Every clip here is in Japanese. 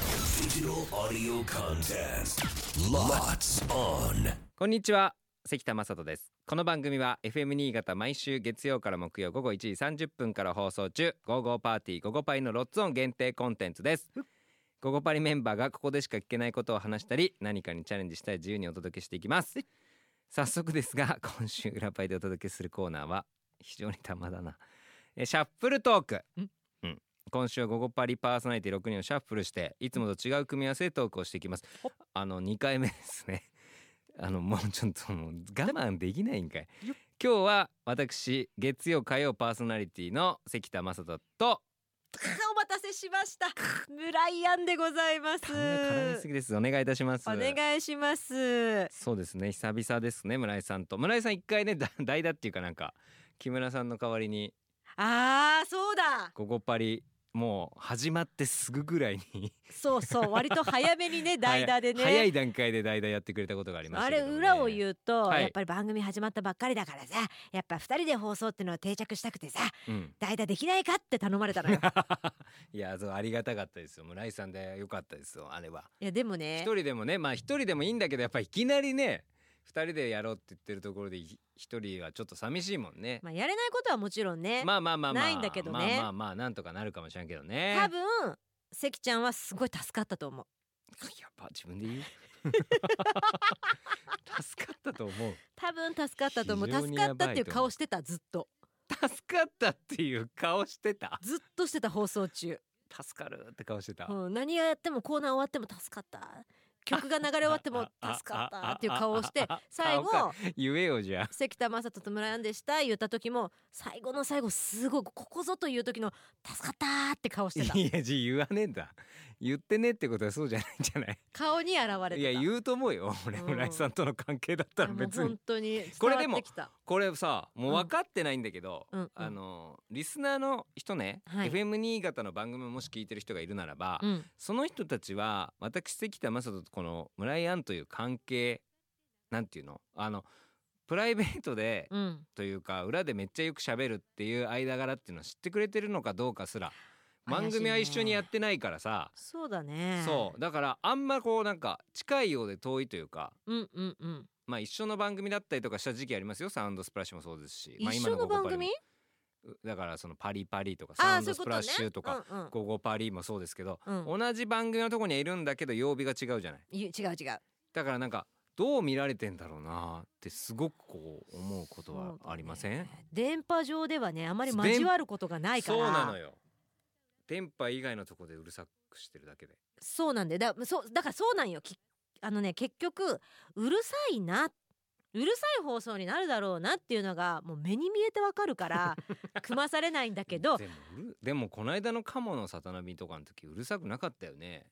Digital audio contest. Lots on. こんにちは関田正人ですこの番組は FM 新潟毎週月曜から木曜午後1時30分から放送中「午後パーティー午後パイ」のロッツオン限定コンテンツです午後パリメンバーがここでしか聞けないことを話したり何かにチャレンジしたり自由にお届けしていきます早速ですが今週裏パイでお届けするコーナーは非常にたまだなえシャッフルトークうん今週は午後パリパーソナリティ6人をシャッフルしていつもと違う組み合わせでトークをしていきますあの2回目ですねあのもうちょっともう我慢できないんかいよっ今日は私月曜火曜パーソナリティの関田正人とお待たせしました。ブライアンでございます。単が絡みすぎですお願いいたしますお願いします。そうですね久々ですね村井さんと村井さん一回ねだ 代打っていうかなんか木村さんの代わりにああ、そうだ。「ゴゴパリ」もう始まってすぐぐらいにそうそう、割と早めにね、 代打で ね。早い段階で代打やってくれたことがありましあたけれどもね裏を言うと、はいやっぱり番組始まったばっかりだからさやっぱ二人で放送ってのは定着したくてさうん、代打できないかって頼まれ たのよいやそうありがたかったですよ村井さんでよかったですよあれはいやでも一ね人でもねまあ一人でもいいんだけどやっぱりいきなりね二人でやろうって言ってるところでい一人はちょっと寂しいもんね、まあやれないことはもちろんね、まあまあまあまあないんだけどねまあまあまあなんとかなるかもしれんけどね多分関ちゃんはすごい助かったと思うやっぱ自分で言う助かったと思う多分助かったと思う非常助にかやばいと思うったっていう顔してたずっと助かったっていう顔してたずっとしてた放送中助かるって顔してた、うん、何やってもコーナー終わっても助かった曲が流れ終わってもあ助かったっていう顔をしてあああ最後顔か言えよじゃあ関田正人と村山でした言った時も最後の最後すごいここぞという時の助かったって顔してたいやじゃあ言わねえんだ言ってねえってことはそうじゃないんじゃない顔に現れいてやた言うと思うよ 俺うん村井さんとの関係だったらいやもう別に本当にこれで伝わもってきたこれさもう分かってないんだけど、うんうんあのリスナーの人ね、はい FM 新潟の番組をもし聞いてる人がいるならば、うんその人たちは私関田正人とこの村井杏という関係なんていうのあのプライベートで、うんというか裏でめっちゃよく喋るっていう間柄っていうのを知ってくれてるのかどうかすら番組は怪しいね一緒にやってないからさ、そうだねそうだからあんまこうなんか近いようで遠いというか。ううんうんうんまあ一緒の番組だったりとかした時期ありますよサウンドスプラッシュもそうですし、まあ、一今緒のゴゴ番パリも組だからそのパリパリとかあサウあンそドういうスこプとラッねシュとかうんうんゴゴパリもそうですけど、うん同じ番組のとこにはいるんだけど曜日が違うじゃないい違う違うだからなんかどう見られてんだろうなってすごくこう思うことはありません、電波上ではねあまり交わることがないかそらうなのよ電波以外のとこでうるさくしてるだけでそうなんだよだそうだからそうなんよきあのね結局うるさいなうるさい放送になるだろうなっていうのがもう目に見えてわかるから 組まされないんだけどでもうるでもこの間のカモの里並みとかの時うるさくなかったよね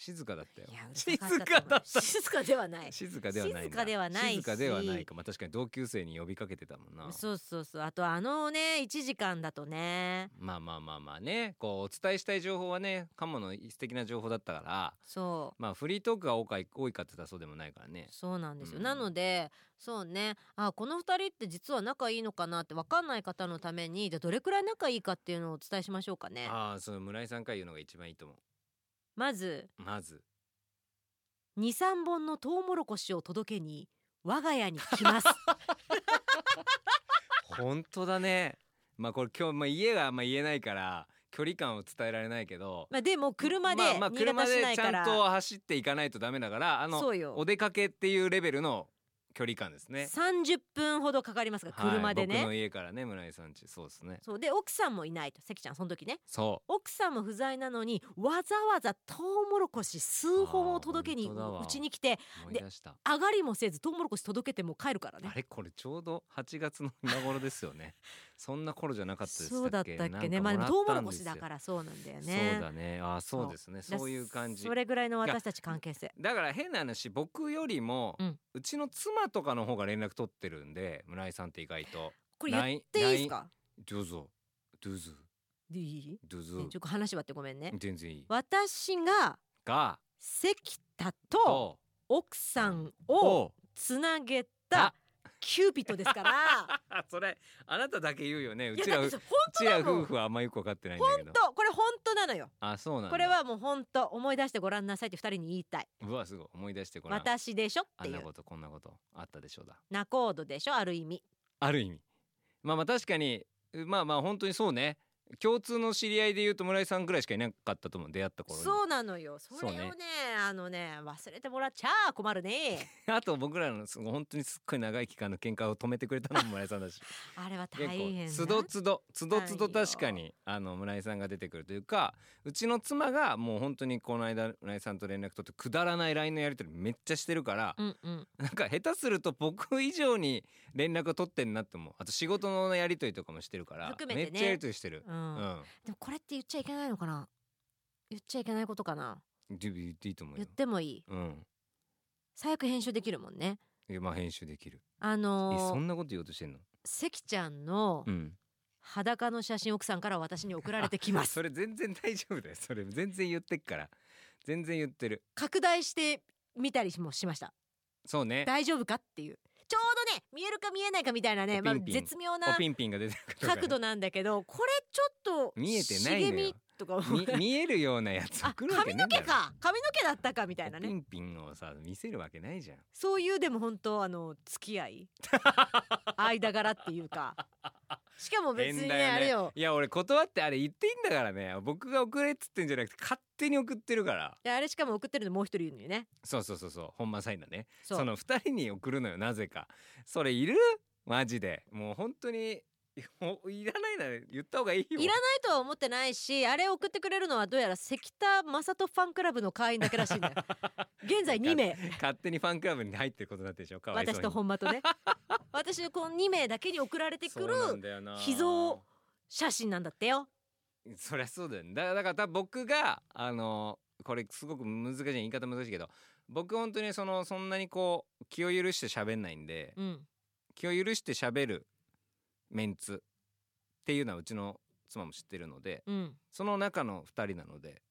静かだったよいやうるさ静かかったと思だうった静かではない静かではないんだ静かではないし静かではないかまあ確かに同級生に呼びかけてたもんなそうそうそうあとあのね1時間だとねまあまあまあまあねこうお伝えしたい情報はねカモの素敵な情報だったからそうまあフリートークが多いか多いかって言ったらそうでもないからねそうなんですよ、うんなのでそうねあこの2人って実は仲いいのかなって分かんない方のためにじゃあどれくらい仲いいかっていうのをお伝えしましょうかねああそう村井さんから言うのが一番いいと思まずうまず23本のトウモロコシを届けに我が家に 来ます 本当だねまあこれ今日、まあ、家があんま言えないから距離感を伝えられないけどまあでも車でまあまあ新潟市内か車ら、でちゃんと走っていかないとダメだからあのそうよお出かけっていうレベルの距離感ですね30分ほどかかりますがはい車でね、僕の家からね村井さんちそうですねそうで奥さんもいないと関ちゃんその時ねそう奥さんも不在なのにわざわざトウモロコシ数本を届あけーに本当だわうちに来て思い出した上がりもせずトウモロコシ届けても帰るからねあれこれちょうど8月の今頃ですよ ねそんな頃じゃなかったですそうだったっけねまあでもトウモロコシだからそうなんだよらねそうだねあーそうですねそういう感じそれぐらいの私たち関係性だから変な話僕よりも、ううんちの妻とかの方が連絡取ってるんで村井さんって意外とこれ言っっていいですかどうぞどうぞでいいどうねぞちょっと話はってごめんね全然いい私がが関田と奥さんをおつなげだたキューピッドですからあ それあなただけ言うよ ねういやちだらっうてそれち本当らだも夫ん婦はあんまよくわかってないんだけど本当これ本当なのよあそうなんだこれはもう本当思い出してごらんなさいって二人に言いたいうわすごい思い出してごらん私でしょっあてんいなうことこんなことあったでしょうだナコードでしょある意味ある意味まあまあ確かにまあまあ本当にそうね共通の知り合いで言うと村井さんぐらいしかいなかったと思う出会った頃にそうなのよそれをそうねねあのね忘れてもらっちゃあ困 るね あと僕らのすごい本当にすっごい長い期間の喧嘩を止めてくれたのも村井さんだしあれは 結大構変だつどつどつどつど大変よ確かにあの村井さんが出てくるというかうちの妻がもう本当にこの間村井さんと連絡取ってくだらない LINE のやり取りめっちゃしてるから、うんうんなんか下手すると僕以上に連絡を取ってんなって思うあと仕事のやり取りとかもしてるから含めてねっちゃやり取りしてる、う、うんんでもこれって言っちゃいけないのかな言っちゃいけないことかなで言っていいと思う言っよ。てもいいうん最悪編集できるもんねいやまあ編集できる。あえのそーんなこと言おうとしてんの？関ちゃんのうん。裸の写真奥さんから私に送られてきますそれ全然大丈夫だよ。それ全然言ってっから。全然言ってる。拡大してみたりもしましたそうね。大丈夫かっていうちょうどね見えるか見えないかみたいなね、まあ、ピンピン絶妙おなピンピンが出てるからね角度なんだけどこれちょっと見えてないのよ茂みとか思うみ見えるようなやつ あ送るわけ髪ねえのんだろ毛か髪の毛だったかみたいなおピねンピンをさ見せるわけないじゃん。そういうでも本当あの付き 合い間柄っていうかしかも別変にねだよねあれよいや俺断ってあれ言っていいんだからね。僕が送れっつってんじゃなくて勝手に送ってるから。いやあれしかも送ってるのもう一人いるのよねそうそうそうそう。本間サインだね。そそうの二人に送るのよなぜかそれいるマジでもう本当にもういらないなら言った方がいいよいらないとは思ってないしあれ送ってくれるのはどうやら関田正人ファンクラブの会員だけらしいんだよ 現在2名勝手にファンクラブに入ってることになってるでしょかわいそうに私と本間 とね私のこの2名だけに送られてくそうなんるだよな秘蔵写真なんだってよそりゃそうだよねだだから多分僕があのこれすごく難しい言い方難しいけど僕本当にそのそんなにこう気を許して喋んないんでうん気を許して喋るメンツっていうのはうちの妻も知ってるのでうんその中の2人なので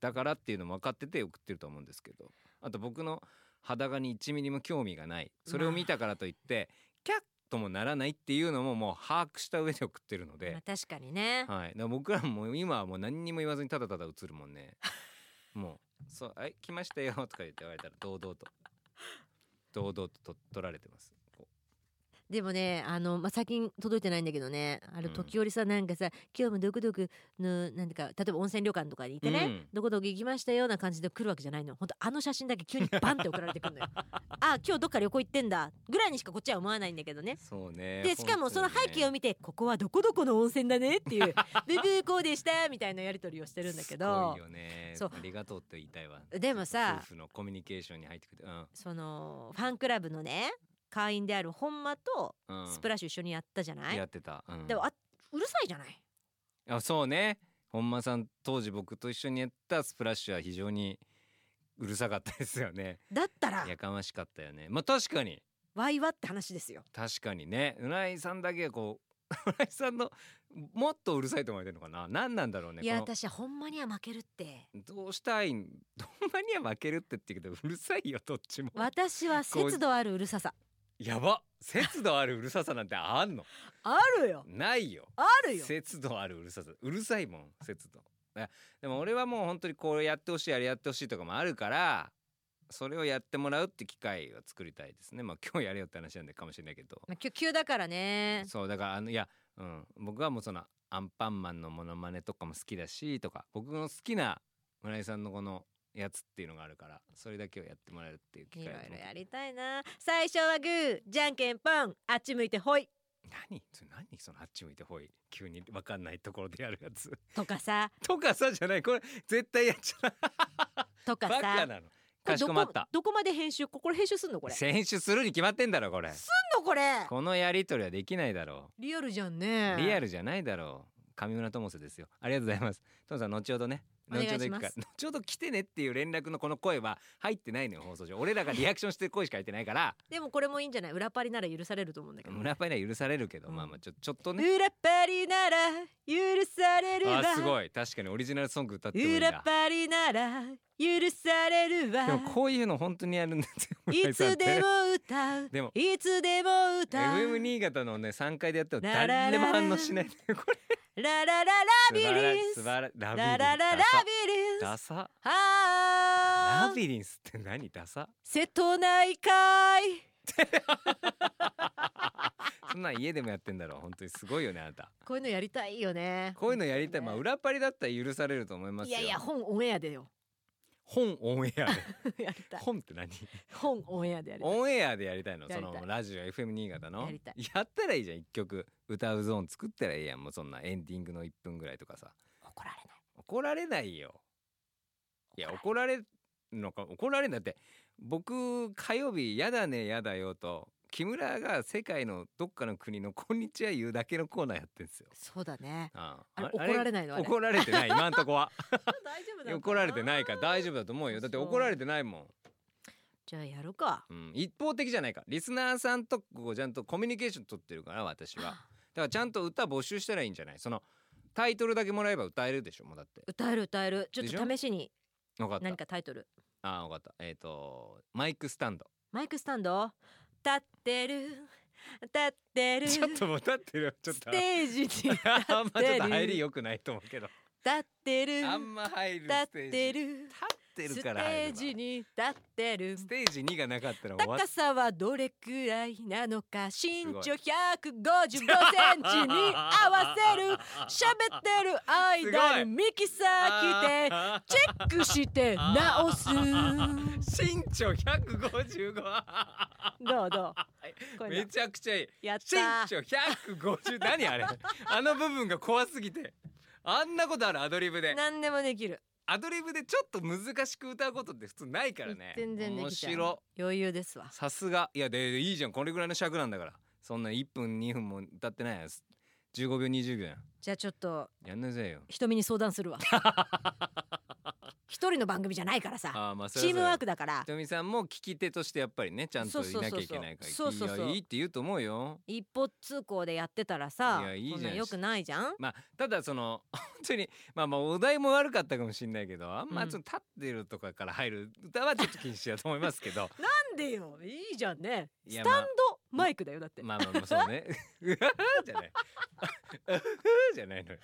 だからっていうのも分かってて送ってると思うんですけどあと僕の裸に1ミリも興味がないそれを見たからといって、キャッともならないっていうのももう把握した上で送ってるのまあで、確かにねはい、だから僕らも今はもう何にも言わずにただただ映るもんねもう「そうはい来ましたよ」とか言って言われたら堂々と堂々とと撮られてます。こでもねあの、まあ、最近届いてないんだけどねあれうん時折さなんかさ「今日もどこどこのなんだか例えば温泉旅館とかにいてね、うんどこどこ行きましたよ」な感じで来るわけじゃないの本当あの写真だけ急にバンって送られてく るのよ。あ今日どっか旅行行ってんだぐらいにしかこっちは思わないんだけどねう。そうねでしかもその背景を見見て「ここはどこどこの温泉だね」って いう「ブブーこうでした」みたいなやり取りをしてるんだけどすごいよねそうありがとうって言いたいわでもさ夫婦のコミュニケーションに入ってくる、うんそのファンクラブのね会員である本間とうん、スプラッシュ一緒にやったじゃない、やってた、うん、でもあうるさいじゃない。あそうね本間さん当時僕と一緒にやったスプラッシュは非常にうるさかったですよねだったらやかましかったよねまあ確かにワイはって話ですよ。確かにね村井さんだけこう村井さんのもっとうるさいと思われてるのかな何なんだろうねいこやの私はほんまには負けるってどうしたいんほんまには負けるってって言うけどうるさいよどっちも私は節度あるうるささやば節度あるうるささなんてあんのあるよないよあるよ節度あるうるささうるさいもん節度あでも俺はもう本当にこれやってほしいあれやってほしいとかもあるからそれをやってもらうって機会を作りたいですねまあ今日やれよって話なんでかもしれないけどまあ、急急だからねそうだからあのいや、うん、僕はもうそのアンパンマンのモノマネとかも好きだしとか僕の好きな村井さんのこのやつっていうのがあるからそれだけをやってもらえるっていう機いろ会をいろやりたいな最初はグーじゃんけんポンあっち向いてほい何それ何そのあっち向いてほい急に分かんないところでやるやつ とかさとかさじゃないこれ絶対やっちゃとかバカさなのこれかしどこまこったどこまで編集ここれ編集すんのこれすん選手するに決まってんだろこれのこれこのやり取りはできないだろリアルじゃんうねリアルじゃないだろう上村智世ですよありがとうございますトムさん後ほどねお願いし後ほど行くますから後ほど来てねっていう連絡のこの声は入ってないのよ放送上俺らがリアクションしてる声しか入ってないからでもこれもいいんじゃない裏パリなら許されると思うんだけど、村パイナ許されるけど、うんまあまあちょちょっとね裏パリなら許されるわあすごい確かにオリジナルソング歌ってもいいん裏だパリなら許されるでわもこういうの本当にやるんだっていつでも歌うでもいつでも歌う FM 新潟のね3回でやってもララララ誰も反応しないねこれララララビリン素ス晴らラビリンララララビリンスダサはラあビリンスって何ダサ瀬戸内海そんなん家でもやってんだろう本当にすごいよねあなたこういうのやりたいよねこういうのやりたいまあ裏パリだったら許されると思いますいよやいや本オンエアでよ本オンエアで やりたい本って何本オンエアでやりたいオンエアでやりたいのやそりたいのラジオ FM 新潟のやりたいやったらいいじゃん一曲歌うゾーン作ったらいいやんもうそんなエンディングの1分ぐらいとかさ怒られない怒られないよいや怒られるのか怒られるんだって僕火曜日「やだねやだよ」と木村が世界のどっかの国の「こんにちは」言うだけのコーナーやってんですよ。そうだねああれ怒られないのあれ怒られてない今んとこは大丈夫怒られて いないから大丈夫だと思うよだって怒られてないもんじゃあやるかうん、一方的じゃないからリスナーさんとこうちゃんとコミュニケーション取ってるから私 はだからちゃんと歌募集したらいいんじゃないそのタイトルだけもらえば歌えるでしょもうだって歌える歌えるちょっでしょと試しに分かった何かタイトルあ分かったえっ、とマイクスタンドマイクスタンド立ってる立ってるちょっともう立ってるよちょっスとテージに立っ あんまちょっと入り良くないと思うけどてるあんま入る立スっテージて立っるてスるテから入ーるジに立ってるステージ2がなかったら終わっ高さはどれくらいなのか身ごい長155センチに合わせる喋ってる間にミキサー来てあーチェックして直す身長155どうどうこういうめのちゃくちゃいいやっ身た長150何あれあの部分が怖すぎてあんなことあるアドリブで何でもできるアドリブでちょっと難しく歌うことって普通ないからね全然できちゃう面白余裕ですわさすがいやでいいじゃんこれぐらいの尺なんだからそんな1分2分も歌ってないやつ15秒20秒やんじゃあちょっとやんなさいよ瞳に相談するわ一人の番組じゃないからさあーまあチームワーククだからひとみさんも聞き手としてやっぱりねちゃんといなきゃいけないからそうそうそうそういやいいって言うと思うよ一歩通行でやってたらさいやいいじゃんこんなんよくないじゃんまあただその 本当にまあまあお題も悪かったかもしれないけどあんまうんちょっと立ってるとかから入る歌はちょっと禁止だと思いますけ どなんでよいいじゃんねいスやタンまあドマイクだよだって、まあまあまあそう ねうわーじゃないうわーじゃないのよ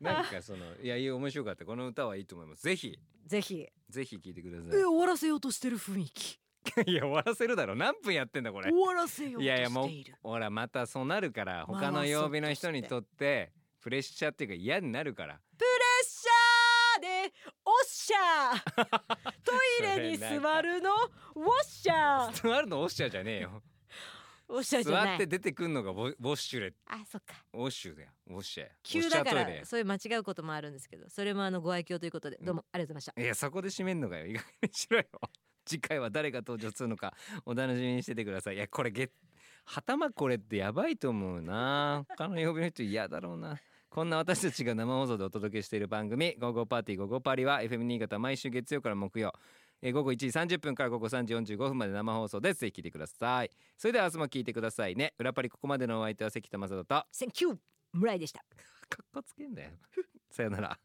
なんかそのいやいや面白かったこの歌はいいと思いますぜひぜひぜひ聞いてくだえ終わらせようとしてる雰囲気さい いや終わらせるだろ何分やってんだこれ終わらせようといやいやもしうているほらまたそうなるからまあ他の曜日の人にとってプレッシャーっていうか嫌になるからプレッシャーでおっしゃートイレに座るのウォッシャー座るのオッシャーじゃねえよおっしゃーじゃ座なってい出てくんのがボボッシュレあそっかウォッシュだよ。ウォッシュや。急だかウォッシャーらトイレそういう間違うこともあるんですけどそれもあのご愛嬌ということでどうもありがとうございましたや。いや、そこで締めんのかよ。いい加減にしろよ。次回は誰が登場するのかお楽しみにしててください。いや、これげ、はたまこれってやばいと思うな。他の曜日の人嫌だろうな。こんな私たちが生放送でお届けしている番組、午後パーティー午後パリは FM 新潟毎週月曜から木曜。えー午後1時30分から午後3時45分まで生放送です。ぜひ聞いてください。それでは明日も聞いてくださいね。裏パリここまでのお相手は関田正人と。か Thank you 村井でした っこつけんだよ。さよなら。